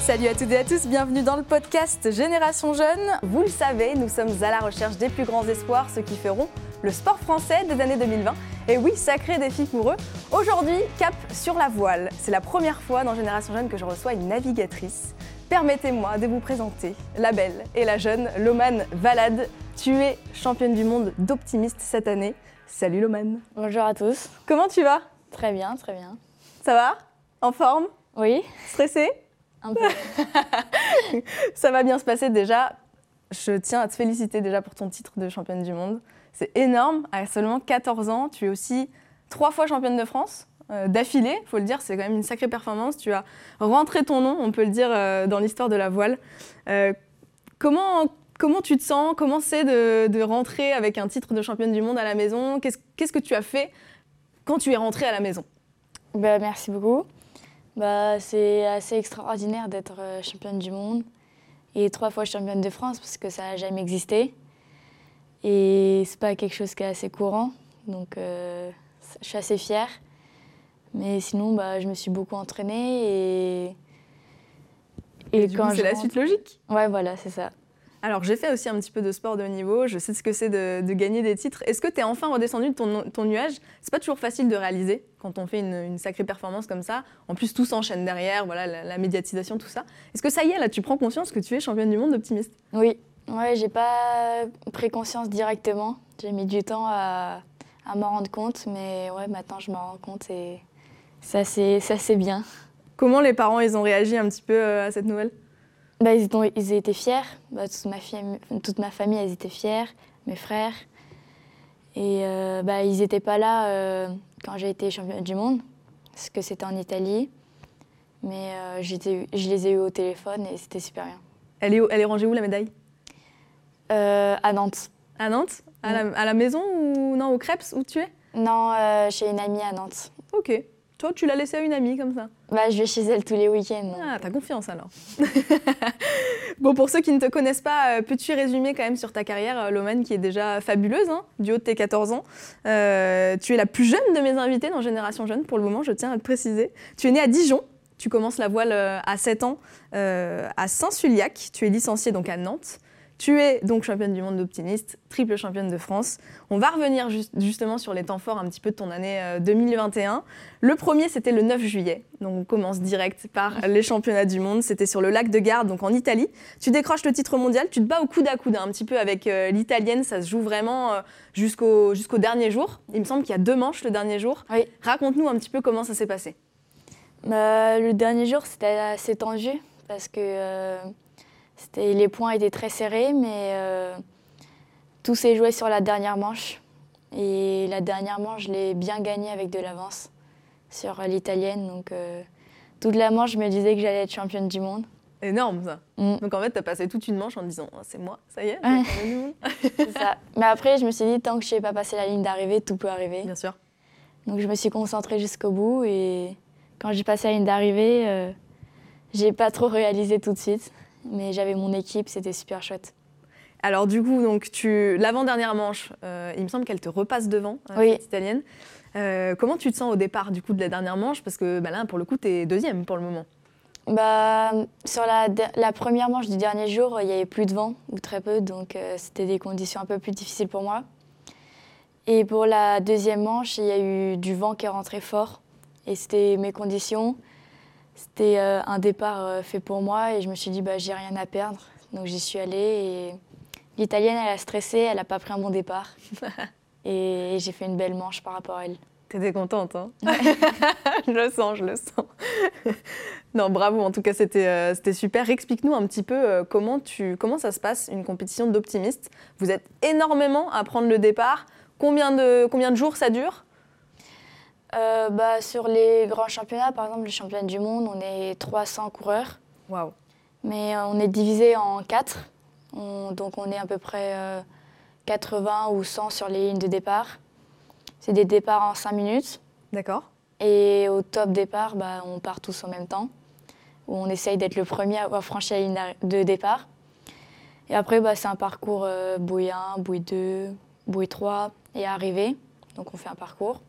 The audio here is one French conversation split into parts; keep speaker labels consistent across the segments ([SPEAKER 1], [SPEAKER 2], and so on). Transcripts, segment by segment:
[SPEAKER 1] Salut à toutes et à tous, bienvenue dans le podcast Génération Jeune. Vous le savez, nous sommes à la recherche des plus grands espoirs, ceux qui feront le sport français des années 2020. Et oui, sacré défi pour eux. Aujourd'hui, cap sur la voile. C'est la première fois dans Génération Jeune que je reçois une navigatrice. Permettez-moi de vous présenter la belle et la jeune Lomane Valade. Tu es championne du monde d'optimiste cette année. Salut Lomane.
[SPEAKER 2] Bonjour à tous.
[SPEAKER 1] Comment tu vas
[SPEAKER 2] Très bien, très bien.
[SPEAKER 1] Ça va En forme
[SPEAKER 2] Oui,
[SPEAKER 1] Stressée
[SPEAKER 2] un peu.
[SPEAKER 1] Ça va bien se passer déjà. Je tiens à te féliciter déjà pour ton titre de championne du monde. C'est énorme. À seulement 14 ans, tu es aussi trois fois championne de France euh, d'affilée. faut le dire, c'est quand même une sacrée performance. Tu as rentré ton nom, on peut le dire, euh, dans l'histoire de la voile. Euh, comment, comment tu te sens Comment c'est de, de rentrer avec un titre de championne du monde à la maison Qu'est-ce qu'est-ce que tu as fait quand tu es rentrée à la maison
[SPEAKER 2] Bah, merci beaucoup. Bah, c'est assez extraordinaire d'être euh, championne du monde et trois fois championne de France parce que ça n'a jamais existé. Et c'est pas quelque chose qui est assez courant, donc euh, je suis assez fière. Mais sinon, bah, je me suis beaucoup entraînée et.
[SPEAKER 1] Et du coup,
[SPEAKER 2] je
[SPEAKER 1] c'est la
[SPEAKER 2] rentre-
[SPEAKER 1] suite logique.
[SPEAKER 2] Ouais, voilà, c'est ça.
[SPEAKER 1] Alors, j'ai fait aussi un petit peu de sport de haut niveau. Je sais ce que c'est de, de gagner des titres. Est-ce que tu es enfin redescendu de ton, ton nuage C'est pas toujours facile de réaliser quand on fait une, une sacrée performance comme ça. En plus, tout s'enchaîne derrière, voilà, la, la médiatisation, tout ça. Est-ce que ça y est, là, tu prends conscience que tu es championne du monde d'optimiste
[SPEAKER 2] Oui, ouais, j'ai pas pris conscience directement. J'ai mis du temps à, à m'en rendre compte, mais ouais, maintenant je m'en rends compte et ça c'est ça c'est bien.
[SPEAKER 1] Comment les parents, ils ont réagi un petit peu euh, à cette nouvelle
[SPEAKER 2] Bah, ils, ont- ils étaient fiers. Bah, toute, ma fille- toute ma famille, elles étaient fières, mes frères. Et euh, bah, ils n'étaient pas là euh, quand j'ai été championne du monde, parce que c'était en Italie. Mais euh, j'étais- je les ai eus au téléphone et c'était super bien.
[SPEAKER 1] elle est, où- elle est rangée où, la médaille
[SPEAKER 2] Euh, à Nantes.
[SPEAKER 1] À Nantes à la, à la maison ou non, au Crêpes, où tu es
[SPEAKER 2] Non, euh, chez une amie à Nantes.
[SPEAKER 1] Ok. Toi, tu l'as laissé à une amie comme ça
[SPEAKER 2] Bah, je vais chez elle tous les week-ends. donc.
[SPEAKER 1] Ah, t'as confiance alors. bon, pour ceux qui ne te connaissent pas, euh, peux-tu résumer quand même sur ta carrière, euh, Lomane, qui est déjà fabuleuse, hein, du haut de tes 14 ans Euh, Tu es la plus jeune de mes invités dans Génération Jeune, pour le moment, je tiens à le préciser. Tu es née à Dijon, tu commences la voile euh, à 7 ans euh, à Saint-Suliac, tu es licenciée donc à Nantes. Tu es donc championne du monde d'optimiste, triple championne de France. On va revenir juste- justement sur les temps forts un petit peu de ton année euh, 2021. Le premier, c'était le 9 juillet. Donc, on commence direct par les championnats du monde. C'était sur le lac de Garde, donc en Italie. Tu décroches le titre mondial, tu te bats au coude à coude hein, un petit peu avec euh, l'italienne. Ça se joue vraiment euh, jusqu'au jusqu'au dernier jour. Il me semble qu'il y a deux manches le dernier jour.
[SPEAKER 2] Oui.
[SPEAKER 1] Raconte-nous un petit peu comment ça s'est passé.
[SPEAKER 2] Bah, le dernier jour, c'était assez tendu parce que euh, c'était- les points étaient très serrés, mais euh, tout s'est joué sur la dernière manche. Et la dernière manche, je l'ai bien gagnée avec de l'avance sur l'italienne. Donc, euh, toute la manche, je me disais que j'allais être championne du monde.
[SPEAKER 1] Énorme ça.
[SPEAKER 2] Mm.
[SPEAKER 1] Donc en fait, t'as passé toute une manche en te disant Oh, c'est moi, ça y est, j'ai
[SPEAKER 2] Ouais.
[SPEAKER 1] gagné le monde.
[SPEAKER 2] C'est ça. mais après, je me suis dit, tant que je n'ai pas passé la ligne d'arrivée, tout peut arriver.
[SPEAKER 1] Bien sûr.
[SPEAKER 2] Donc je me suis concentrée jusqu'au bout et quand j'ai passé la ligne d'arrivée, euh, j'ai pas trop réalisé tout de suite, mais j'avais mon équipe, c'était super chouette.
[SPEAKER 1] Alors du coup, donc tu l'avant-dernière manche, euh, il me semble qu'elle te repasse devant, euh,
[SPEAKER 2] Oui.
[SPEAKER 1] cette italienne. Euh, comment tu te sens au départ du coup de la dernière manche Parce que bah, là, pour le coup, t'es deuxième pour le moment.
[SPEAKER 2] Bah, sur la, de- la première manche du dernier jour, il n'y avait plus de vent, ou très peu, donc euh, c'était des conditions un peu plus difficiles pour moi. Et pour la deuxième manche, il y a eu du vent qui est rentré fort, et c'était mes conditions. C'était euh, un départ euh, fait pour moi, et je me suis dit, bah, j'ai rien à perdre, donc j'y suis allée. Et l'Italienne, elle a stressé, elle n'a pas pris un bon départ. et j'ai fait une belle manche par rapport à elle.
[SPEAKER 1] T'étais contente, hein Je le sens, je le sens. non, bravo, en tout cas, c'était euh, c'était super. Explique-nous un petit peu euh, comment, tu, comment ça se passe, une compétition d'optimistes. Vous êtes énormément à prendre le départ. Combien de, combien de jours ça dure
[SPEAKER 2] Euh, bah, sur les grands championnats, par exemple, les championnats du monde, on est 300 coureurs,
[SPEAKER 1] Waouh
[SPEAKER 2] mais euh, on est divisé en 4. donc on est à peu près euh, 80 ou 100 sur les lignes de départ. C'est des départs en 5 minutes.
[SPEAKER 1] D'accord.
[SPEAKER 2] Et au top départ, bah, on part tous en même temps. Où on essaye d'être le premier à avoir franchi la ligne d'arri- de départ. Et après, bah, c'est un parcours euh, bouée 1, bouée 2, bouée 3 et arrivée. Donc on fait un parcours.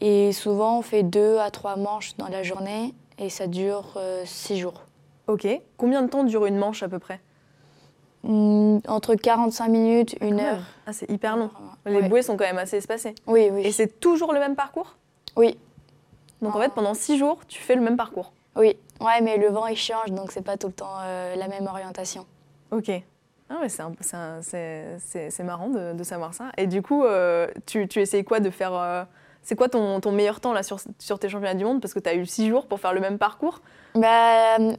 [SPEAKER 2] Et souvent, on fait deux à trois manches dans la journée et ça dure euh, six jours.
[SPEAKER 1] Ok. Combien de temps dure une manche à peu près
[SPEAKER 2] Mm, Entre 45 minutes, une
[SPEAKER 1] même.
[SPEAKER 2] heure.
[SPEAKER 1] Ah, c'est hyper long. Les
[SPEAKER 2] Ouais.
[SPEAKER 1] bouées sont quand même assez espacées.
[SPEAKER 2] Oui, oui.
[SPEAKER 1] Et c'est toujours le même parcours
[SPEAKER 2] Oui,
[SPEAKER 1] Donc en fait, pendant six jours, tu fais le même parcours.
[SPEAKER 2] oui. Ouais, mais le vent, il change, donc c'est pas tout le temps euh, la même orientation.
[SPEAKER 1] Ok. Ah ouais, c'est un- c'est un- c'est- c'est- c'est marrant de, de savoir ça. Et du coup, euh, tu, tu essayes quoi de faire euh, C'est quoi ton, ton meilleur temps là sur, sur tes championnats du monde Parce que tu as eu six jours pour faire le même parcours.
[SPEAKER 2] Bah, euh,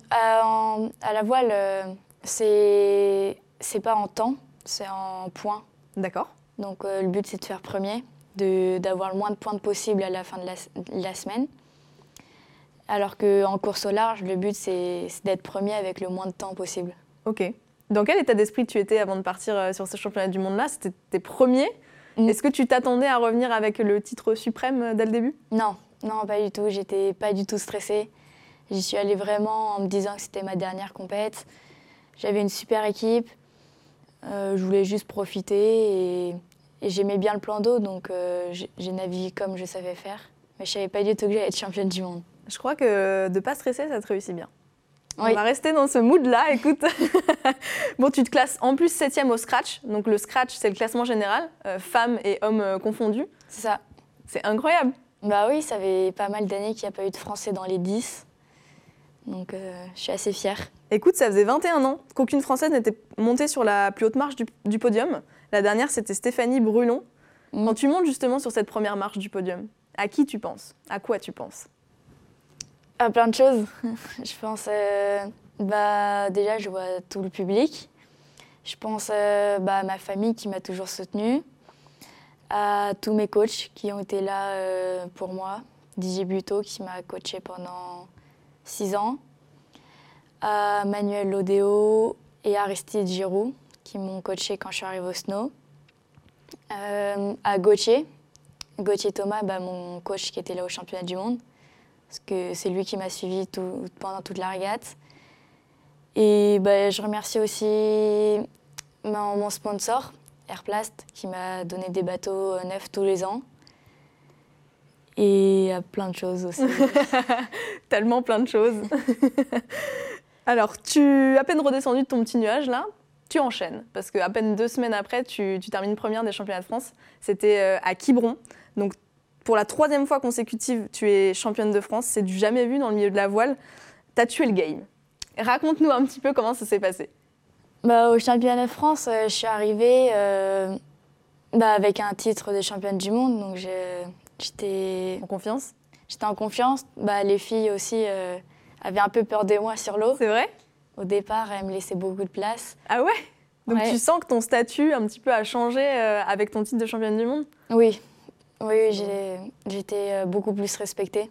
[SPEAKER 2] en- à la voile, euh, c'est c'est pas en temps, c'est en points.
[SPEAKER 1] D'accord.
[SPEAKER 2] Donc euh, le but, c'est de faire premier, de- d'avoir le moins de points possible à la fin de la, s- de la semaine. Alors qu'en course au large, le but, c'est c'est d'être premier avec le moins de temps possible.
[SPEAKER 1] Ok. Dans quel état d'esprit tu étais avant de partir euh, sur ce championnat du monde là C'était tes premiers
[SPEAKER 2] Mm.
[SPEAKER 1] Est-ce que tu t'attendais à revenir avec le titre suprême euh, dès le début
[SPEAKER 2] Non, non, pas du tout. J'étais pas du tout stressée. J'y suis allée vraiment en me disant que c'était ma dernière compète. J'avais une super équipe. Euh, je voulais juste profiter et, et j'aimais bien le plan d'eau, donc euh, j'ai- j'ai navigué comme je savais faire. Mais je savais pas du tout que j'allais être championne du monde.
[SPEAKER 1] Je crois que de pas stresser, ça te réussit bien. On
[SPEAKER 2] Oui.
[SPEAKER 1] va rester dans ce mood-là, écoute. bon, tu te classes en plus septième au scratch. Donc le scratch, c'est le classement général, euh, femmes et hommes euh, confondus.
[SPEAKER 2] C'est ça.
[SPEAKER 1] C'est incroyable.
[SPEAKER 2] Bah oui, ça fait pas mal d'années qu'il n'y a pas eu de Français dans les 10. Donc euh, je suis assez fière.
[SPEAKER 1] Écoute, ça faisait 21 ans qu'aucune Française n'était montée sur la plus haute marche du, du podium. La dernière, c'était Stéphanie Brulon.
[SPEAKER 2] Mm.
[SPEAKER 1] Quand tu montes justement sur cette première marche du podium, à qui tu penses À quoi tu penses
[SPEAKER 2] À plein de choses. je pense, euh, bah, déjà, je vois tout le public. Je pense euh, bah, à ma famille qui m'a toujours soutenue, à tous mes coachs qui ont été là euh, pour moi. DJ Buto qui m'a coaché pendant six ans, à Manuel Lodéo et Aristide Giroux qui m'ont coaché quand je suis arrivée au snow, Euh, à Gauthier, Gauthier Thomas, bah, mon coach qui était là au championnat du monde parce que c'est lui qui m'a suivi tout- pendant toute la régate. Et ben, je remercie aussi mon, mon sponsor, Airplast, qui m'a donné des bateaux euh, neufs tous les ans. Et à plein de choses aussi.
[SPEAKER 1] Tellement plein de choses. Alors, tu à peine redescendu de ton petit nuage là, tu enchaînes parce que à peine deux semaines après, tu, tu termines première des championnats de France. C'était euh, à Quiberon. Donc, pour la troisième fois consécutive, tu es championne de France. C'est du jamais vu dans le milieu de la voile. T'as tué le game. Raconte-nous un petit peu comment ça s'est passé.
[SPEAKER 2] Bah, au championnat de France, euh, je suis arrivée euh, bah, avec un titre de championne du monde, donc je- j'étais
[SPEAKER 1] En confiance
[SPEAKER 2] j'étais en confiance. Bah, les filles aussi euh, avaient un peu peur de moi sur l'eau.
[SPEAKER 1] C'est vrai
[SPEAKER 2] Au départ, elles me laissaient beaucoup de place.
[SPEAKER 1] Ah ouais Donc
[SPEAKER 2] Ouais.
[SPEAKER 1] tu sens que ton statut un petit peu a changé euh, avec ton titre de championne du monde
[SPEAKER 2] Oui, oui, oui, j'ai- j'étais euh, beaucoup plus respectée.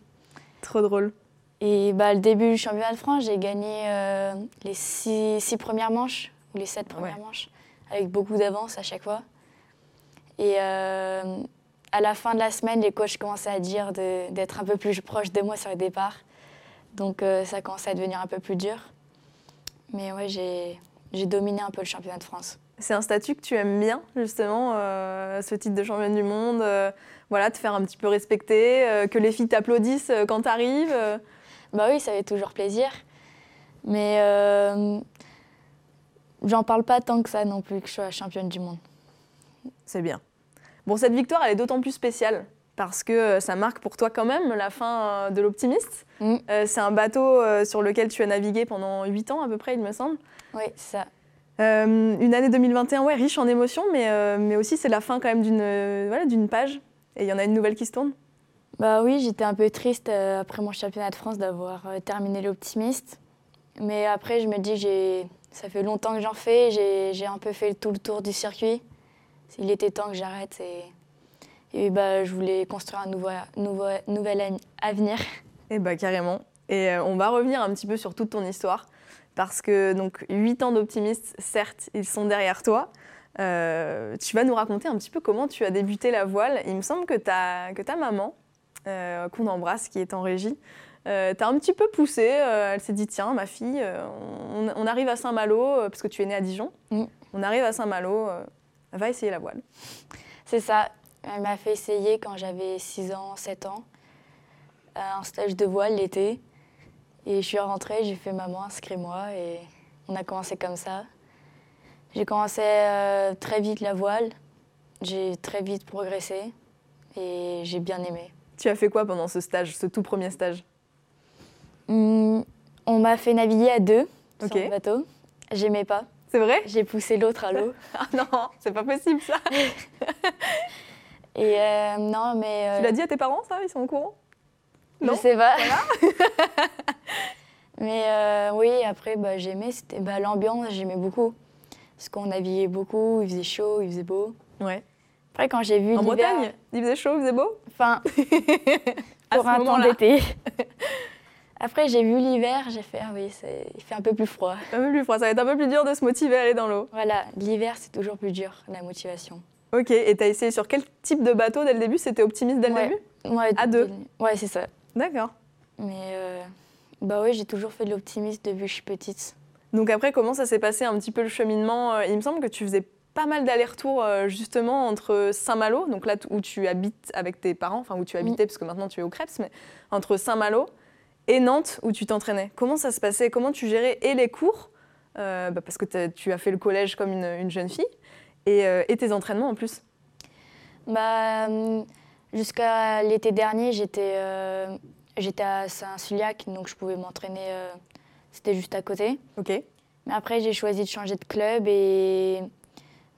[SPEAKER 1] Trop drôle.
[SPEAKER 2] Et bah, le début du championnat de France, j'ai gagné euh, les six, six premières manches ou les sept premières manches, avec beaucoup d'avance à chaque fois. Et euh, à la fin de la semaine, les coachs commençaient à dire de- d'être un peu plus proche de moi sur le départ. Donc euh, ça commençait à devenir un peu plus dur. Mais ouais, j'ai j'ai dominé un peu le championnat de France.
[SPEAKER 1] C'est un statut que tu aimes bien, justement, euh, ce titre de championne du monde. euh, voilà, te faire un petit peu respecter, euh, que les filles t'applaudissent euh, quand t'arrives. euh.
[SPEAKER 2] Bah oui, ça fait toujours plaisir. Mais euh, j'en parle pas tant que ça non plus que je sois championne du monde.
[SPEAKER 1] C'est bien. Bon, cette victoire, elle est d'autant plus spéciale parce que euh, ça marque pour toi quand même la fin euh, de l'optimiste.
[SPEAKER 2] Mm.
[SPEAKER 1] Euh, c'est un bateau euh, sur lequel tu as navigué pendant 8 ans à peu près, il me semble.
[SPEAKER 2] Oui, c'est ça.
[SPEAKER 1] Euh, une année 2021, ouais, riche en émotions, mais, euh, mais aussi c'est la fin quand même d'une euh, voilà, d'une page. Et il y en a une nouvelle qui se tourne.
[SPEAKER 2] Bah oui, j'étais un peu triste euh, après mon championnat de France d'avoir euh, terminé l'optimiste. Mais après, je me dis, j'ai... ça fait longtemps que j'en fais, j'ai... j'ai un peu fait tout le tour du circuit. Il était temps que j'arrête et, et bah, je voulais construire un nouveau, nouveau, nouvel an- avenir.
[SPEAKER 1] Eh bah carrément. Et euh, on va revenir un petit peu sur toute ton histoire. Parce que donc 8 ans d'optimistes, certes, ils sont derrière toi. Euh, tu vas nous raconter un petit peu comment tu as débuté la voile. Il me semble que ta, que ta maman, euh, qu'on embrasse, qui est en régie, euh, t'a un petit peu poussé. Euh, elle s'est dit, tiens, ma fille, euh, on, on arrive à Saint-Malo, euh, parce que tu es née à Dijon.
[SPEAKER 2] Mm.
[SPEAKER 1] On arrive à Saint-Malo, euh, va essayer la voile.
[SPEAKER 2] C'est ça. Elle m'a fait euh, essayer quand j'avais 6 ans, 7 ans, à un stage de voile l'été. Et je suis rentrée, j'ai fait maman, inscris-moi et on a commencé comme ça. J'ai commencé euh, très vite la voile, j'ai très vite progressé et j'ai bien aimé.
[SPEAKER 1] Tu as fait quoi pendant ce stage, ce tout premier stage
[SPEAKER 2] Hum, on m'a fait naviguer à deux
[SPEAKER 1] Ok.
[SPEAKER 2] sur le bateau. J'aimais pas.
[SPEAKER 1] C'est vrai
[SPEAKER 2] J'ai poussé l'autre à l'eau.
[SPEAKER 1] Ah non, c'est pas possible ça.
[SPEAKER 2] Et euh, non, mais. euh,
[SPEAKER 1] Tu l'as dit à tes parents ça Ils sont au courant Non
[SPEAKER 2] Je sais pas. Mais euh, oui, après, bah, j'aimais, c'était bah, l'ambiance, j'aimais beaucoup. Parce qu'on naviguait beaucoup, il faisait chaud, il faisait beau.
[SPEAKER 1] Ouais.
[SPEAKER 2] Après, quand j'ai vu
[SPEAKER 1] En
[SPEAKER 2] l'hiver-
[SPEAKER 1] Bretagne Il faisait chaud, il faisait beau
[SPEAKER 2] Enfin,
[SPEAKER 1] À
[SPEAKER 2] pour
[SPEAKER 1] ce
[SPEAKER 2] un temps
[SPEAKER 1] moment-là.
[SPEAKER 2] d'été. Après, j'ai vu l'hiver, j'ai fait, ah oui, c'est- il fait un peu plus froid.
[SPEAKER 1] Un peu plus froid, ça va être un peu plus dur de se motiver à aller dans l'eau.
[SPEAKER 2] Voilà, l'hiver, c'est toujours plus dur, la motivation.
[SPEAKER 1] Ok, et t'as essayé sur quel type de bateau dès le début C'était optimiste dès le
[SPEAKER 2] Ouais.
[SPEAKER 1] début
[SPEAKER 2] Ouais,
[SPEAKER 1] À deux.
[SPEAKER 2] Ouais, c'est ça.
[SPEAKER 1] D'accord.
[SPEAKER 2] Mais euh, bah oui, j'ai toujours fait de l'optimisme depuis que je suis petite.
[SPEAKER 1] Donc après, comment ça s'est passé un petit peu le cheminement Euh, Il me semble que tu faisais pas mal d'allers-retours euh, justement entre Saint-Malo, donc là t- où tu habites avec tes parents, enfin où tu habitais parce que maintenant tu es au Krebs, mais entre Saint-Malo et Nantes où tu t'entraînais. Comment ça se passait Comment tu gérais et les cours euh, bah, Parce que t'as- tu as fait le collège comme une, une jeune fille et, euh, et tes entraînements en plus.
[SPEAKER 2] Bah, hum, jusqu'à l'été dernier, j'étais euh, j'étais à Saint-Suliac, donc je pouvais m'entraîner, euh, c'était juste à côté.
[SPEAKER 1] Ok.
[SPEAKER 2] Mais après, j'ai choisi de changer de club et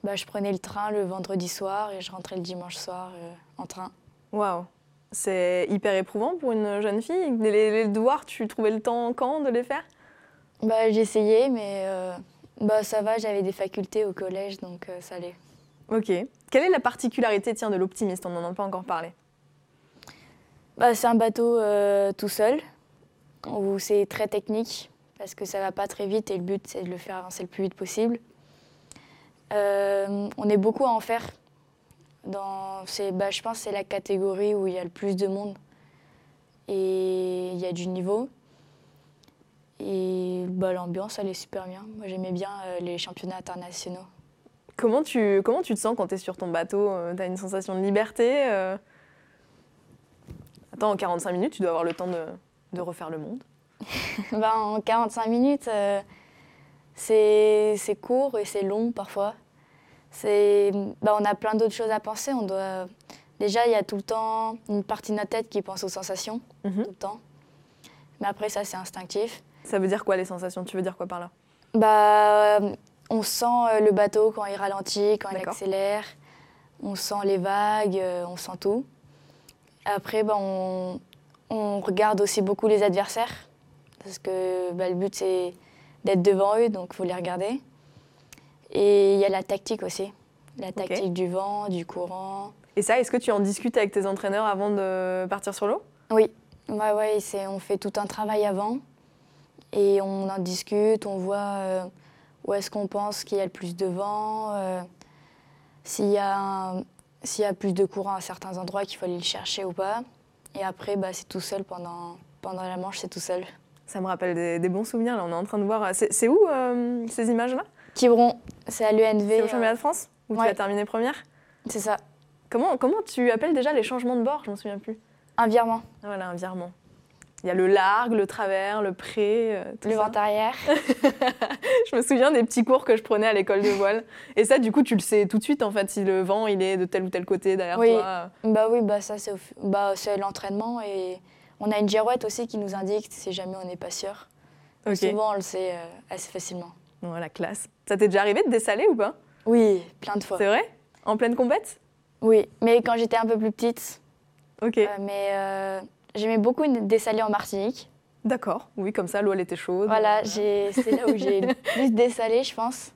[SPEAKER 2] bah, je prenais le train le vendredi soir et je rentrais le dimanche soir euh, en train.
[SPEAKER 1] Waouh. C'est hyper éprouvant pour une jeune fille. Les, les devoirs, tu trouvais le temps quand de les faire
[SPEAKER 2] Bah, j'ai essayé, mais euh, bah, ça va, j'avais des facultés au collège, donc euh, ça allait.
[SPEAKER 1] Ok. Quelle est la particularité tiens, de l'optimiste On n'en a pas encore parlé.
[SPEAKER 2] Bah, c'est un bateau euh, tout seul, où c'est très technique, parce que ça va pas très vite et le but c'est de le faire avancer le plus vite possible. Euh, on est beaucoup à en faire. Dans, c'est- bah, je pense que c'est la catégorie où il y a le plus de monde et il y a du niveau. Et bah, l'ambiance, elle est super bien. Moi, j'aimais bien euh, les championnats internationaux.
[SPEAKER 1] Comment tu, comment tu te sens quand tu es sur ton bateau Euh, T'as une sensation de liberté euh Attends, en 45 minutes, tu dois avoir le temps de, de refaire le monde.
[SPEAKER 2] Ben, en 45 minutes, euh, c'est c'est court et c'est long parfois. C'est- ben, on a plein d'autres choses à penser. On doit... Déjà, il y a tout le temps une partie de notre tête qui pense aux sensations,
[SPEAKER 1] Mhm.
[SPEAKER 2] tout le temps. Mais après, ça, c'est instinctif.
[SPEAKER 1] Ça veut dire quoi les sensations Tu veux dire quoi par là
[SPEAKER 2] Bah, euh, on sent euh, le bateau quand il ralentit, quand il
[SPEAKER 1] D'accord.
[SPEAKER 2] accélère. On sent les vagues, euh, on sent tout. Après, bah, on, on regarde aussi beaucoup les adversaires. Parce que bah, le but, c'est d'être devant eux, donc il faut les regarder. Et il y a la tactique aussi. La tactique du vent, du courant.
[SPEAKER 1] Et ça, est-ce que tu en discutes avec tes entraîneurs avant de partir sur l'eau
[SPEAKER 2] Oui, ouais, ouais, c'est, on fait tout un travail avant et on en discute, on voit euh, où est-ce qu'on pense qu'il y a le plus de vent, euh, s'il, y a un- s'il y a plus de courant à certains endroits qu'il faut aller le chercher ou pas. Et après, bah, c'est tout seul pendant, pendant la manche, c'est tout seul.
[SPEAKER 1] Ça me rappelle des, des bons souvenirs. Là, on est en train de voir. C'est c'est où euh, ces images-là
[SPEAKER 2] Quiberon, c'est à l'UNV.
[SPEAKER 1] C'est au
[SPEAKER 2] euh,
[SPEAKER 1] championnat de France où tu
[SPEAKER 2] ouais.
[SPEAKER 1] as terminé première.
[SPEAKER 2] euh, c'est ça,
[SPEAKER 1] Comment, comment tu appelles déjà les changements de bord Je m'en souviens plus.
[SPEAKER 2] un virement,
[SPEAKER 1] Ah, Voilà, un virement. Il y a le largue, le travers, le pré, euh, tout
[SPEAKER 2] le
[SPEAKER 1] ça.
[SPEAKER 2] vent arrière.
[SPEAKER 1] Je me souviens des petits cours que je prenais à l'école de voile. Et ça, du coup, tu le sais tout de suite, en fait, si le vent, il est de tel ou tel côté derrière
[SPEAKER 2] Oui.
[SPEAKER 1] toi.
[SPEAKER 2] bah oui, bah, ça, c'est, au f- bah, c'est l'entraînement et on a une girouette aussi qui nous indique si jamais on n'est pas sûr.
[SPEAKER 1] Ok.
[SPEAKER 2] Souvent, on le sait euh, assez facilement.
[SPEAKER 1] Bon, la classe. Ça t'est déjà arrivé de dessaler ou pas
[SPEAKER 2] Oui, plein de fois.
[SPEAKER 1] C'est vrai En pleine compète
[SPEAKER 2] Oui, mais quand j'étais un peu plus petite.
[SPEAKER 1] Ok.
[SPEAKER 2] euh, mais euh, j'aimais beaucoup dessaler en Martinique.
[SPEAKER 1] D'accord. Oui, comme ça, l'eau, elle était chaude.
[SPEAKER 2] Voilà, j'ai- c'est là où j'ai le plus dessalé, je pense.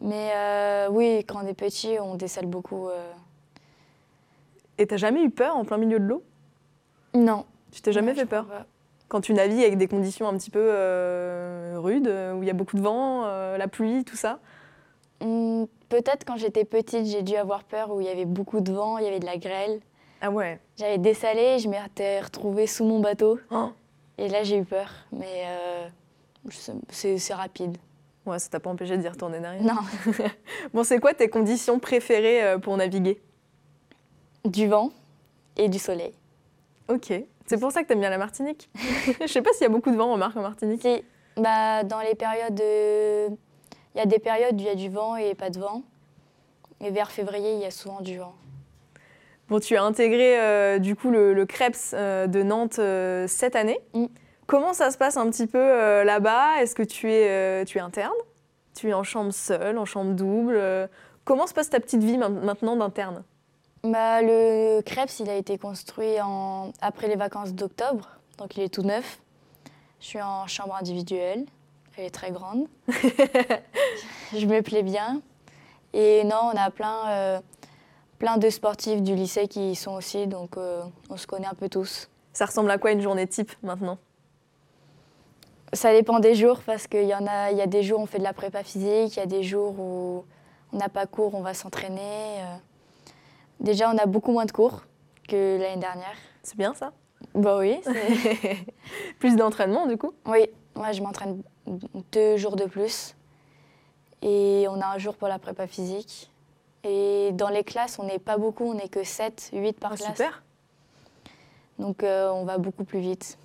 [SPEAKER 2] Mais euh, oui, quand on est petit, on dessale beaucoup. euh.
[SPEAKER 1] Et t'as jamais eu peur en plein milieu de l'eau
[SPEAKER 2] Non.
[SPEAKER 1] Tu t'es jamais
[SPEAKER 2] Non, je
[SPEAKER 1] fait peur
[SPEAKER 2] crois pas.
[SPEAKER 1] Quand tu navigues avec des conditions un petit peu euh, rudes, euh, où il y a beaucoup de vent, euh, la pluie, tout ça
[SPEAKER 2] Hum, Peut-être quand j'étais petite, j'ai dû avoir peur où il y avait beaucoup de vent, il y avait de la grêle.
[SPEAKER 1] Ah ouais.
[SPEAKER 2] J'avais dessalé, je m'étais retrouvée sous mon bateau.
[SPEAKER 1] Oh.
[SPEAKER 2] Et là, j'ai eu peur. Mais euh, je sais- c'est c'est rapide.
[SPEAKER 1] Ouais, ça t'a pas empêché d'y retourner derrière.
[SPEAKER 2] Non,
[SPEAKER 1] Bon, c'est quoi tes conditions préférées euh, pour naviguer
[SPEAKER 2] du vent et du soleil.
[SPEAKER 1] Ok, C'est pour ça que t'aimes bien la Martinique. Je sais pas s'il y a beaucoup de vent, remarque, en Martinique.
[SPEAKER 2] Si, bah, dans les périodes. euh, Il y a des périodes où il y a du vent et pas de vent. Et vers février, il y a souvent du vent.
[SPEAKER 1] Bon, tu as intégré euh, du coup le, le Krebs euh, de Nantes euh, cette année.
[SPEAKER 2] Mm.
[SPEAKER 1] Comment ça se passe un petit peu euh, là-bas Est-ce que tu es, euh, tu es interne Tu es en chambre seule, en chambre double euh, Comment se passe ta petite vie ma- maintenant d'interne
[SPEAKER 2] Bah, le Krebs, il a été construit en... après les vacances d'octobre, donc il est tout neuf. Je suis en chambre individuelle, elle est très grande. Je me plais bien. Et non, on a plein, euh, plein de sportifs du lycée qui y sont aussi, donc euh, on se connaît un peu tous.
[SPEAKER 1] Ça ressemble à quoi une journée type maintenant
[SPEAKER 2] Ça dépend des jours, parce qu'il y, en a- il y a des jours où on fait de la prépa physique, il y a des jours où on n'a pas cours, on va s'entraîner. euh. Déjà, on a beaucoup moins de cours que l'année dernière.
[SPEAKER 1] C'est bien ça
[SPEAKER 2] Bah oui, c'est-
[SPEAKER 1] Plus d'entraînement du coup
[SPEAKER 2] Oui, moi je m'entraîne deux jours de plus. Et on a un jour pour la prépa physique. Et dans les classes, on n'est pas beaucoup, on n'est que 7, 8 par
[SPEAKER 1] Ah,
[SPEAKER 2] classe.
[SPEAKER 1] Super
[SPEAKER 2] Donc euh, on va beaucoup plus vite.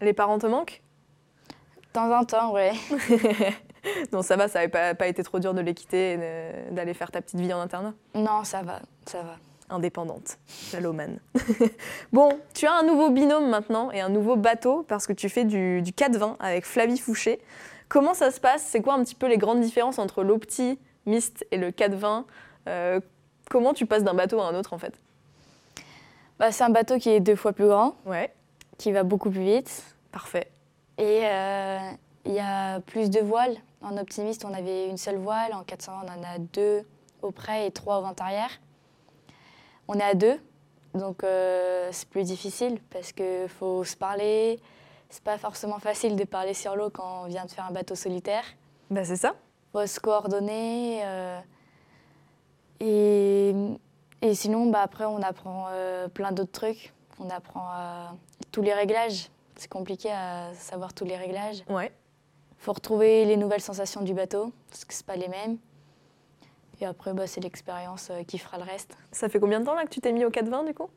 [SPEAKER 1] Les parents te manquent
[SPEAKER 2] De temps en temps, ouais.
[SPEAKER 1] Non, ça va, ça n'avait pas, pas été trop dur de les quitter et de- d'aller faire ta petite vie en internat
[SPEAKER 2] Non, ça va, ça va.
[SPEAKER 1] indépendante, la Lomane. bon, tu as un nouveau binôme maintenant et un nouveau bateau parce que tu fais du, du 4-20 avec Flavie Fouché. Comment ça se passe C'est quoi un petit peu les grandes différences entre l'opti, mist et le 4-20 Euh, Comment tu passes d'un bateau à un autre en fait
[SPEAKER 2] Bah, c'est un bateau qui est deux fois plus grand,
[SPEAKER 1] Ouais,
[SPEAKER 2] qui va beaucoup plus vite.
[SPEAKER 1] parfait.
[SPEAKER 2] Et euh, il y a plus de voiles. En optimiste, on avait une seule voile. En 400, on en a deux au près et trois au vent arrière. On est à deux, donc euh, c'est plus difficile parce qu'il faut se parler. C'est pas forcément facile de parler sur l'eau quand on vient de faire un bateau solitaire.
[SPEAKER 1] Bah c'est ça.
[SPEAKER 2] faut se coordonner. euh, et, et sinon, bah, après, on apprend euh, plein d'autres trucs. On apprend euh, tous les réglages. C'est compliqué à savoir tous les réglages
[SPEAKER 1] Ouais.
[SPEAKER 2] faut retrouver les nouvelles sensations du bateau, parce que c'est pas les mêmes. Et après, bah, c'est l'expérience euh, qui fera le reste.
[SPEAKER 1] Ça fait combien de temps là que tu t'es mis au 4-20 du coup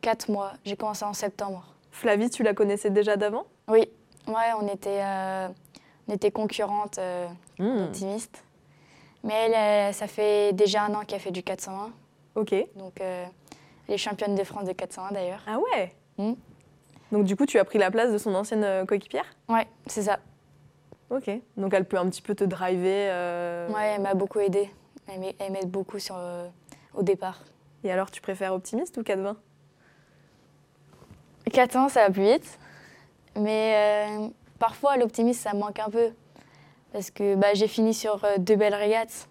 [SPEAKER 2] Quatre mois, j'ai commencé en septembre.
[SPEAKER 1] Flavie, tu la connaissais déjà d'avant
[SPEAKER 2] Oui, ouais, on était, euh, on était concurrentes, euh,
[SPEAKER 1] Hmm,
[SPEAKER 2] optimistes. Mais elle, euh, ça fait déjà un an qu'elle fait du 401.
[SPEAKER 1] Ok.
[SPEAKER 2] Donc, euh, elle est championne de France de 401 d'ailleurs.
[SPEAKER 1] Ah ouais
[SPEAKER 2] Hmm.
[SPEAKER 1] Donc du coup, tu as pris la place de son ancienne euh, coéquipière
[SPEAKER 2] Ouais, c'est ça.
[SPEAKER 1] Ok. Donc elle peut un petit peu te driver. euh,
[SPEAKER 2] Ouais, elle m'a beaucoup aidée. Elle m'a- elle m'aide beaucoup sur, euh, au départ.
[SPEAKER 1] Et alors, tu préfères optimiste ou 4-20
[SPEAKER 2] 4 ans, ça va plus vite. Mais euh, parfois, l'optimisme, ça me manque un peu. Parce que bah, j'ai fini sur euh, deux belles régates.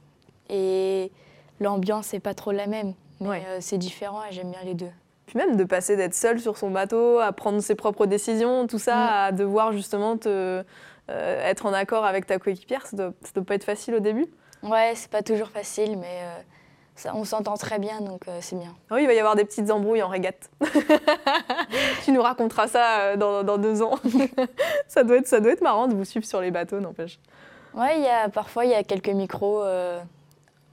[SPEAKER 2] Et l'ambiance n'est pas trop la même. Mais
[SPEAKER 1] Ouais.
[SPEAKER 2] euh, c'est différent et j'aime bien les deux.
[SPEAKER 1] Puis même de passer d'être seul sur son bateau, à prendre ses propres décisions, tout ça,
[SPEAKER 2] Mm.
[SPEAKER 1] à devoir justement te, euh, être en accord avec ta coéquipière, ça doit, ça doit pas être facile au début.
[SPEAKER 2] Ouais, c'est pas toujours facile, mais euh, ça, on s'entend très bien, donc euh, c'est bien.
[SPEAKER 1] Ah oui, il va y avoir des petites embrouilles en régate. tu nous raconteras ça euh, dans, dans deux ans. ça, doit être, ça doit être marrant de vous suivre sur les bateaux, n'empêche.
[SPEAKER 2] Ouais, il y a, parfois, il y a quelques micros euh,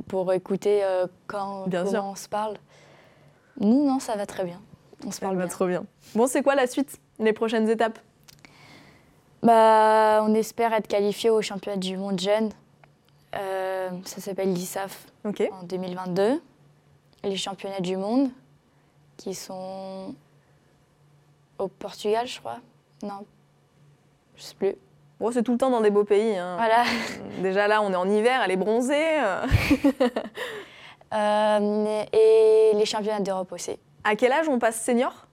[SPEAKER 2] pour écouter euh, quand
[SPEAKER 1] Bien
[SPEAKER 2] comment
[SPEAKER 1] sûr.
[SPEAKER 2] on se parle. Nous, non, ça va très bien. On se
[SPEAKER 1] Ça
[SPEAKER 2] parle
[SPEAKER 1] va
[SPEAKER 2] bien.
[SPEAKER 1] trop bien. Bon, c'est quoi la suite Les prochaines étapes
[SPEAKER 2] Bah, on espère être qualifié au championnat du monde jeune. Euh, ça s'appelle l'ISAF
[SPEAKER 1] Ok.
[SPEAKER 2] en 2022. Les championnats du monde qui sont au Portugal, je crois. Non, je sais plus.
[SPEAKER 1] Bon, c'est tout le temps dans des beaux pays. hein.
[SPEAKER 2] Voilà.
[SPEAKER 1] Déjà là, on est en hiver, elle est bronzée. euh.
[SPEAKER 2] Euh, et les championnats d'Europe aussi.
[SPEAKER 1] À quel âge on passe senior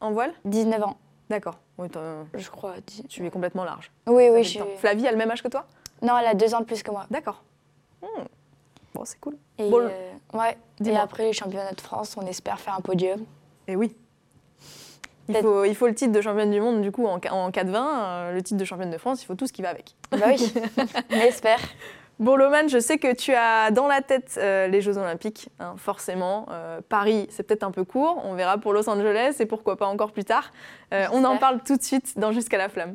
[SPEAKER 1] en voile
[SPEAKER 2] 19 ans,
[SPEAKER 1] D'accord. Oui, t'as-
[SPEAKER 2] je crois. dix-
[SPEAKER 1] tu es complètement large.
[SPEAKER 2] Oui,
[SPEAKER 1] Ça
[SPEAKER 2] oui,
[SPEAKER 1] fait
[SPEAKER 2] je
[SPEAKER 1] le temps.
[SPEAKER 2] suis-
[SPEAKER 1] Flavie a le même âge que toi
[SPEAKER 2] Non, elle a deux ans de plus que moi.
[SPEAKER 1] D'accord. Hmm. Bon, c'est cool.
[SPEAKER 2] Et,
[SPEAKER 1] Bon, le-
[SPEAKER 2] euh, ouais. et
[SPEAKER 1] dis-moi.
[SPEAKER 2] après les championnats de France, on espère faire un podium.
[SPEAKER 1] Et oui. Il
[SPEAKER 2] Peut-être-
[SPEAKER 1] faut, il faut le titre de championne du monde, du coup, en, ca- en 4-20, euh, le titre de championne de France, il faut tout ce qui va avec.
[SPEAKER 2] Bah oui, on espère.
[SPEAKER 1] Bon, Loman, je sais que tu as dans la tête euh, les Jeux Olympiques, hein, forcément. Euh, Paris, c'est peut-être un peu court, on verra pour Los Angeles et pourquoi pas encore plus tard. Euh, on en
[SPEAKER 2] J'espère.
[SPEAKER 1] parle tout de suite dans Jusqu'à la flamme.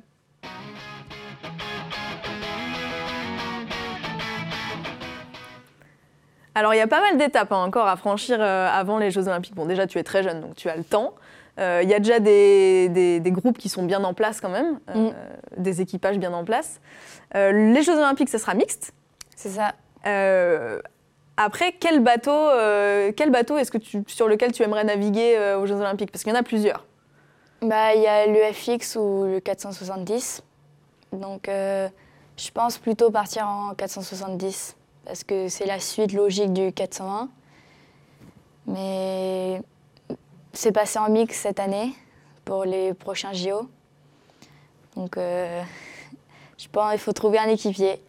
[SPEAKER 1] Alors, il y a pas mal d'étapes hein, encore à franchir euh, avant les Jeux Olympiques. Bon, déjà, tu es très jeune, donc tu as le temps. Euh, Il y a déjà des, des- des groupes qui sont bien en place quand même, euh,
[SPEAKER 2] Mm.
[SPEAKER 1] des équipages bien en place. Euh, les Jeux Olympiques, ça sera mixte.
[SPEAKER 2] C'est ça.
[SPEAKER 1] Euh, après, quel bateau, euh, quel bateau est-ce que tu, sur lequel tu aimerais naviguer euh, aux Jeux Olympiques Parce qu'il y en a plusieurs.
[SPEAKER 2] Bah, il y a le FX ou le 470. Donc, euh, je pense plutôt partir en 470 parce que c'est la suite logique du 401. Mais c'est passé en mix cette année pour les prochains JO. Donc, euh, je pense qu'il faut trouver un équipier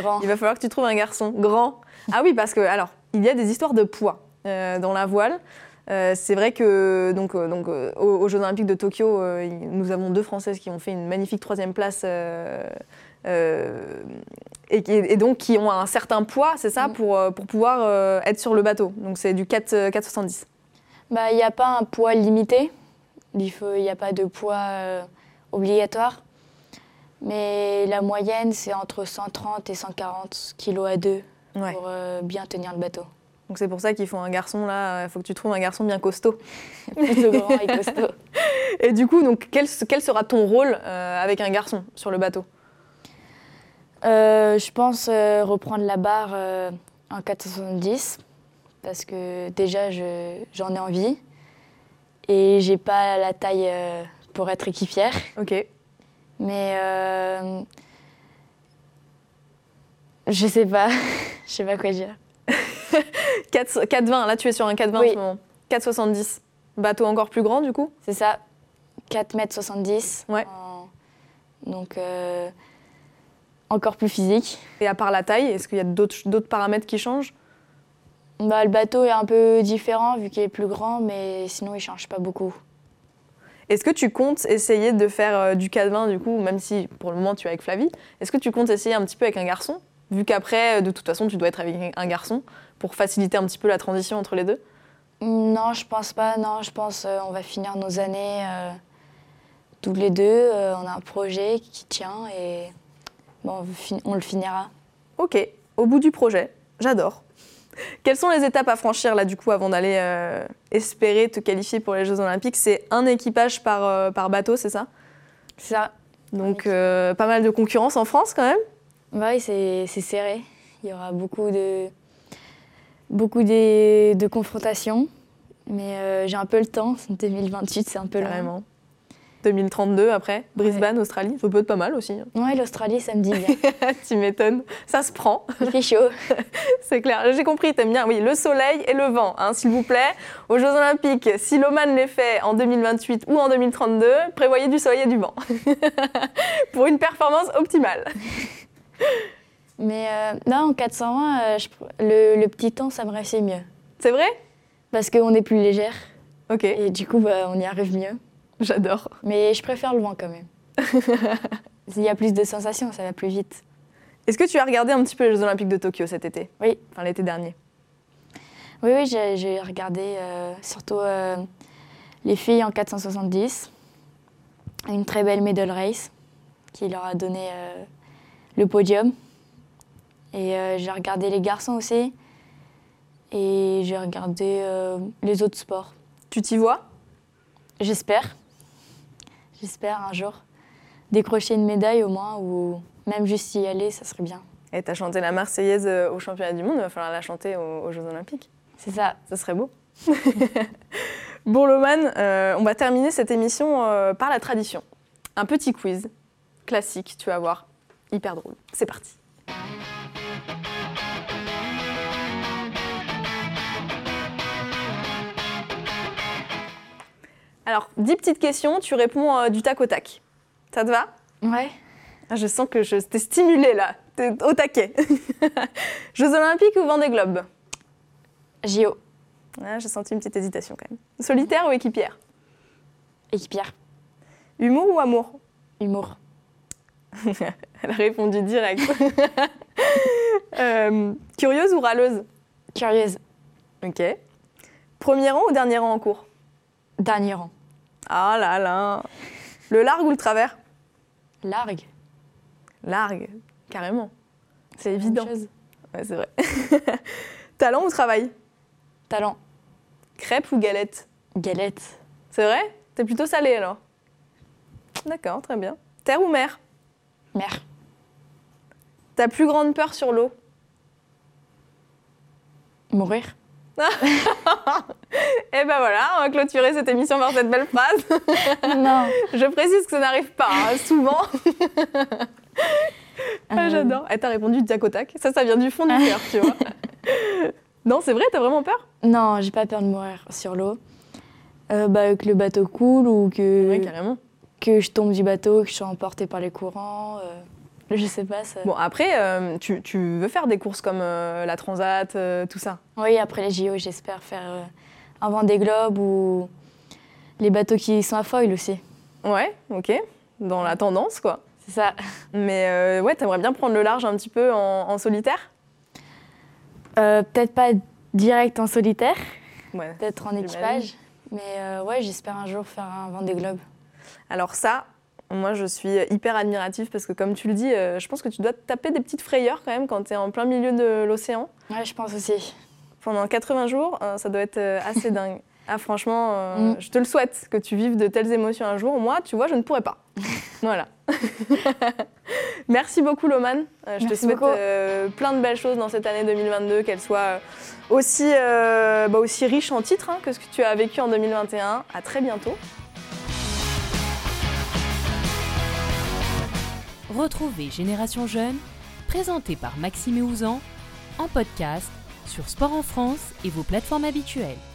[SPEAKER 2] grand.
[SPEAKER 1] Il va falloir que tu trouves un garçon grand. Ah oui, parce que, alors, il y a des histoires de poids euh, dans la voile. Euh, c'est vrai que donc, euh, donc, euh, aux, aux Jeux Olympiques de Tokyo, euh, il- nous avons deux Françaises qui ont fait une magnifique troisième place euh, euh, et, qui- et donc qui ont un certain poids, c'est ça,
[SPEAKER 2] Mm.
[SPEAKER 1] pour, euh, pour pouvoir euh, être sur le bateau. Donc c'est du 4, euh, 4,70.
[SPEAKER 2] Bah, il n'y a pas un poids limité. Il faut- il n'y a pas de poids euh, obligatoire. Mais la moyenne, c'est entre 130 et 140 kilos à deux
[SPEAKER 1] Ouais.
[SPEAKER 2] pour euh, bien tenir le bateau.
[SPEAKER 1] Donc c'est pour ça qu'il faut un garçon là, il faut que tu trouves un garçon bien costaud.
[SPEAKER 2] Plutôt grand et costaud.
[SPEAKER 1] Et du coup, donc quel, quel sera ton rôle euh, avec un garçon sur le bateau
[SPEAKER 2] Euh, je pense euh, reprendre la barre euh, en 470 parce que déjà, je- j'en ai envie. Et j'ai pas la taille euh, pour être équipière.
[SPEAKER 1] Ok.
[SPEAKER 2] Mais euh, je sais pas, je sais pas quoi dire.
[SPEAKER 1] 4 4,20, là tu es sur un 4,20 en
[SPEAKER 2] Oui.
[SPEAKER 1] ce moment. 4,70. Bateau encore plus grand du coup
[SPEAKER 2] C'est ça, 4 mètres 70.
[SPEAKER 1] Ouais.
[SPEAKER 2] En- Donc euh, encore plus physique.
[SPEAKER 1] Et à part la taille, est-ce qu'il y a d'autres d'autres paramètres qui changent
[SPEAKER 2] Bah, le bateau est un peu différent vu qu'il est plus grand, mais sinon il change pas beaucoup.
[SPEAKER 1] Est-ce que tu comptes essayer de faire euh, du 4,20 du coup, même si pour le moment tu es avec Flavie Est-ce que tu comptes essayer un petit peu avec un garçon Vu qu'après, euh, de toute façon, tu dois être avec un garçon pour faciliter un petit peu la transition entre les deux
[SPEAKER 2] Non, je pense pas. Non, je pense euh, on va finir nos années euh, toutes les deux. euh, on a un projet qui tient et bon, on fin- on le finira.
[SPEAKER 1] Ok, au bout du projet, j'adore. Quelles sont les étapes à franchir là du coup avant d'aller euh, espérer te qualifier pour les Jeux Olympiques C'est un équipage par, euh, par bateau, c'est ça
[SPEAKER 2] C'est ça.
[SPEAKER 1] Donc
[SPEAKER 2] Oui.
[SPEAKER 1] euh, pas mal de concurrence en France quand même.
[SPEAKER 2] Bah Oui, c'est c'est serré. Il y aura beaucoup de, beaucoup de, de confrontations. Mais euh, j'ai un peu le temps. 2028, c'est un peu long.
[SPEAKER 1] Carrément. 2032 après, Brisbane, Australie, ça peut être pas mal aussi. hein.
[SPEAKER 2] Ouais, l'Australie, ça me dit bien.
[SPEAKER 1] tu m'étonnes, ça se prend,
[SPEAKER 2] Il fait chaud.
[SPEAKER 1] c'est clair. J'ai compris, t'aimes bien, oui, le soleil et le vent, hein, s'il vous plaît. Aux Jeux Olympiques, si l'Oman les fait en 2028 ou en 2032, prévoyez du soleil et du vent. Pour une performance optimale.
[SPEAKER 2] Mais euh, non, en 420, euh, je pr- le, le petit temps, ça me réussit mieux.
[SPEAKER 1] C'est vrai
[SPEAKER 2] Parce qu'on est plus légère.
[SPEAKER 1] Ok,
[SPEAKER 2] Et du coup, bah, on y arrive mieux.
[SPEAKER 1] j'adore.
[SPEAKER 2] Mais je préfère le vent quand même. Il y a plus de sensations, ça va plus vite.
[SPEAKER 1] Est-ce que tu as regardé un petit peu les Jeux Olympiques de Tokyo cet été
[SPEAKER 2] Oui.
[SPEAKER 1] Enfin l'été dernier.
[SPEAKER 2] Oui, oui, j'ai j'ai regardé euh, surtout euh, les filles en 470. Une très belle medal race qui leur a donné euh, le podium. Et euh, j'ai regardé les garçons aussi. Et j'ai regardé euh, les autres sports.
[SPEAKER 1] Tu t'y vois
[SPEAKER 2] J'espère. J'espère un jour décrocher une médaille au moins ou même juste y aller, ça serait bien.
[SPEAKER 1] Et t'as chanté la Marseillaise euh, au championnat du monde, il va falloir la chanter aux- aux Jeux Olympiques.
[SPEAKER 2] C'est ça.
[SPEAKER 1] Ça serait beau. bon, Loman, euh, on va terminer cette émission euh, par la tradition. Un petit quiz classique, tu vas voir. Hyper drôle. C'est parti. Alors, dix petites questions, tu réponds euh, du tac au tac. Ça te va
[SPEAKER 2] Ouais.
[SPEAKER 1] Ah, Je sens que je t'es stimulée là, t'es au taquet. Jeux olympiques ou Vendée Globe
[SPEAKER 2] JO,
[SPEAKER 1] Ah, J'ai senti une petite hésitation quand même. Solitaire ou équipière
[SPEAKER 2] équipière,
[SPEAKER 1] Humour ou amour
[SPEAKER 2] humour.
[SPEAKER 1] Elle a répondu direct. Euh, curieuse ou râleuse
[SPEAKER 2] Curieuse,
[SPEAKER 1] Ok. Premier rang ou dernier rang en cours
[SPEAKER 2] dernier rang.
[SPEAKER 1] Ah là là Le largue ou le travers
[SPEAKER 2] Largue.
[SPEAKER 1] Largue, carrément. C'est
[SPEAKER 2] la même
[SPEAKER 1] évident.
[SPEAKER 2] chose.
[SPEAKER 1] Ouais, c'est vrai. Talent ou travail
[SPEAKER 2] Talent.
[SPEAKER 1] Crêpe ou galette
[SPEAKER 2] Galette.
[SPEAKER 1] C'est vrai T'es plutôt salé alors D'accord, très bien. Terre ou mer
[SPEAKER 2] Mer.
[SPEAKER 1] Ta plus grande peur sur l'eau
[SPEAKER 2] Mourir.
[SPEAKER 1] Eh ben voilà, on va clôturer cette émission par cette belle phrase.
[SPEAKER 2] non.
[SPEAKER 1] Je précise que ça n'arrive pas, hein, souvent. Ah,
[SPEAKER 2] Euh,
[SPEAKER 1] J'adore. Elle t'a répondu tac au tac. Ça, ça vient du fond du cœur, tu vois. Non, c'est vrai, t'as vraiment peur
[SPEAKER 2] Non, j'ai pas peur de mourir sur l'eau. Euh, bah, que le bateau coule ou que,
[SPEAKER 1] Oui, carrément.
[SPEAKER 2] que je tombe du bateau, que je sois emportée par les courants. euh, je sais pas. Ça...
[SPEAKER 1] Bon, après, euh, tu, tu veux faire des courses comme euh, la Transat, euh, tout ça
[SPEAKER 2] Oui, après les JO, j'espère faire euh, un Vendée Globe ou les bateaux qui sont à foil aussi.
[SPEAKER 1] Ouais, ok. Dans la tendance, quoi.
[SPEAKER 2] C'est ça.
[SPEAKER 1] Mais euh, ouais, t'aimerais bien prendre le large un petit peu en, en solitaire
[SPEAKER 2] Euh, peut-être pas direct en solitaire,
[SPEAKER 1] Ouais.
[SPEAKER 2] peut-être en
[SPEAKER 1] J'imagine.
[SPEAKER 2] équipage. Mais euh, ouais, j'espère un jour faire un Vendée Globe.
[SPEAKER 1] Alors ça, moi je suis hyper admirative parce que comme tu le dis, euh, je pense que tu dois te taper des petites frayeurs quand même quand tu es en plein milieu de l'océan.
[SPEAKER 2] Ouais, je pense aussi.
[SPEAKER 1] Pendant 80 jours, euh, ça doit être euh, assez dingue. Ah franchement, euh,
[SPEAKER 2] Mm.
[SPEAKER 1] je te le souhaite que tu vives de telles émotions un jour. Moi, tu vois, je ne pourrais pas. voilà. Merci beaucoup Loman. Euh, je te
[SPEAKER 2] Merci
[SPEAKER 1] souhaite
[SPEAKER 2] beaucoup.
[SPEAKER 1] euh, plein de belles choses dans cette année 2022, qu'elle soit euh, aussi, euh, bah, aussi riche en titres hein, que ce que tu as vécu en 2021. À très bientôt.
[SPEAKER 3] Retrouvez Génération Jeune, présenté par Maxime et Ouzan, en podcast sur Sport en France et vos plateformes habituelles.